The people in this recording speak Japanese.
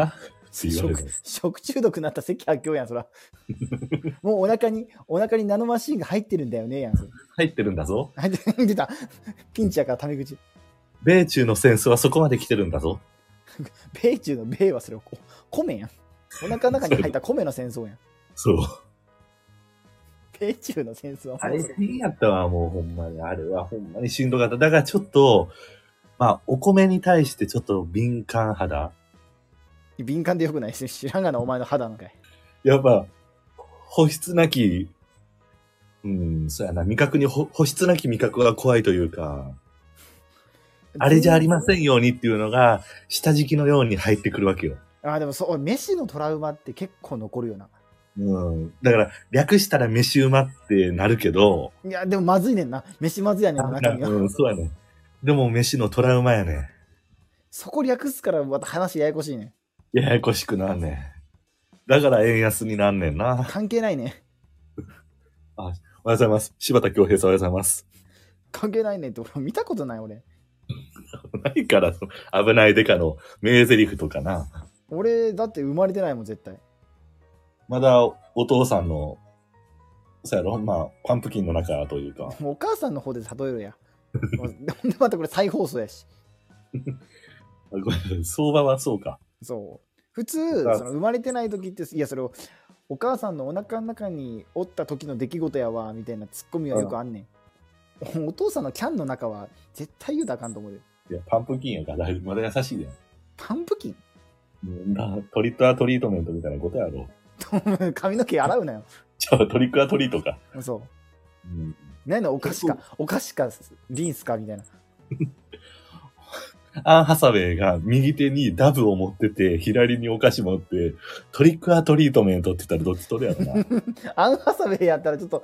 って言われる。食中毒になった赤発狂やん、そら。 もうお腹に、お腹にナノマシンが入ってるんだよね、やん。それ入ってるんだぞ。入って、出た。ピンチやからタメ口。米中の戦争はそこまで来てるんだぞ。米中の米はそれを、お米やん。お腹の中に入った米の戦争やん。そう。米中の戦争はあそうれそう、変やったわ、もうほんまに。あれはほんまにしんどかった。だからちょっと、まあ、お米に対してちょっと敏感肌。敏感でよくないし、知らんがな、お前の肌なんかい。やっぱ、保湿なき、うん、そうやな、味覚にほ、保湿なき味覚が怖いというか、あれじゃありませんようにっていうのが、下敷きのように入ってくるわけよ。あでもそう、飯のトラウマって結構残るよな。うん。だから、略したら飯うまってなるけど、いや、でもまずいねんな。飯まずいやねんな、中身が。うん、そうやね。でも飯のトラウマやね。そこ略すから、また話ややこしいねん。ややこしくなんねん。だから円安になんねんな。関係ないね。おはようございます。柴田恭平さんおはようございます。関係ないねんって、俺見たことない、俺。ないから、その危ないデカの名台詞とかな。俺、だって生まれてないもん、絶対。 まだお父さんの、そうやろまあ、パンプキンの中というか。もうお母さんの方で例えるや。ほん で、またこれ再放送やし。ごめん相場はそうか。そう。普通、母さんその生まれてない時って、いや、それを、お母さんのお腹の中におった時の出来事やわ、みたいなツッコミはよくあんねん。お父さんのキャンの中は、絶対言うたらあかんと思うよ。いや、パンプキンやから、まだ優しいで。パンプキン なトリックアトリートメントみたいなことやろ。髪の毛洗うなよ。じゃあ、トリックアトリートか。そう。うん、何のお菓 子か、お菓子か、リンスかみたいな。アン・ハサウェイが右手にダブを持ってて、左にお菓子持って、トリックアトリートメントって言ったらどっち取るやろな。アンハサウェイやったらちょっと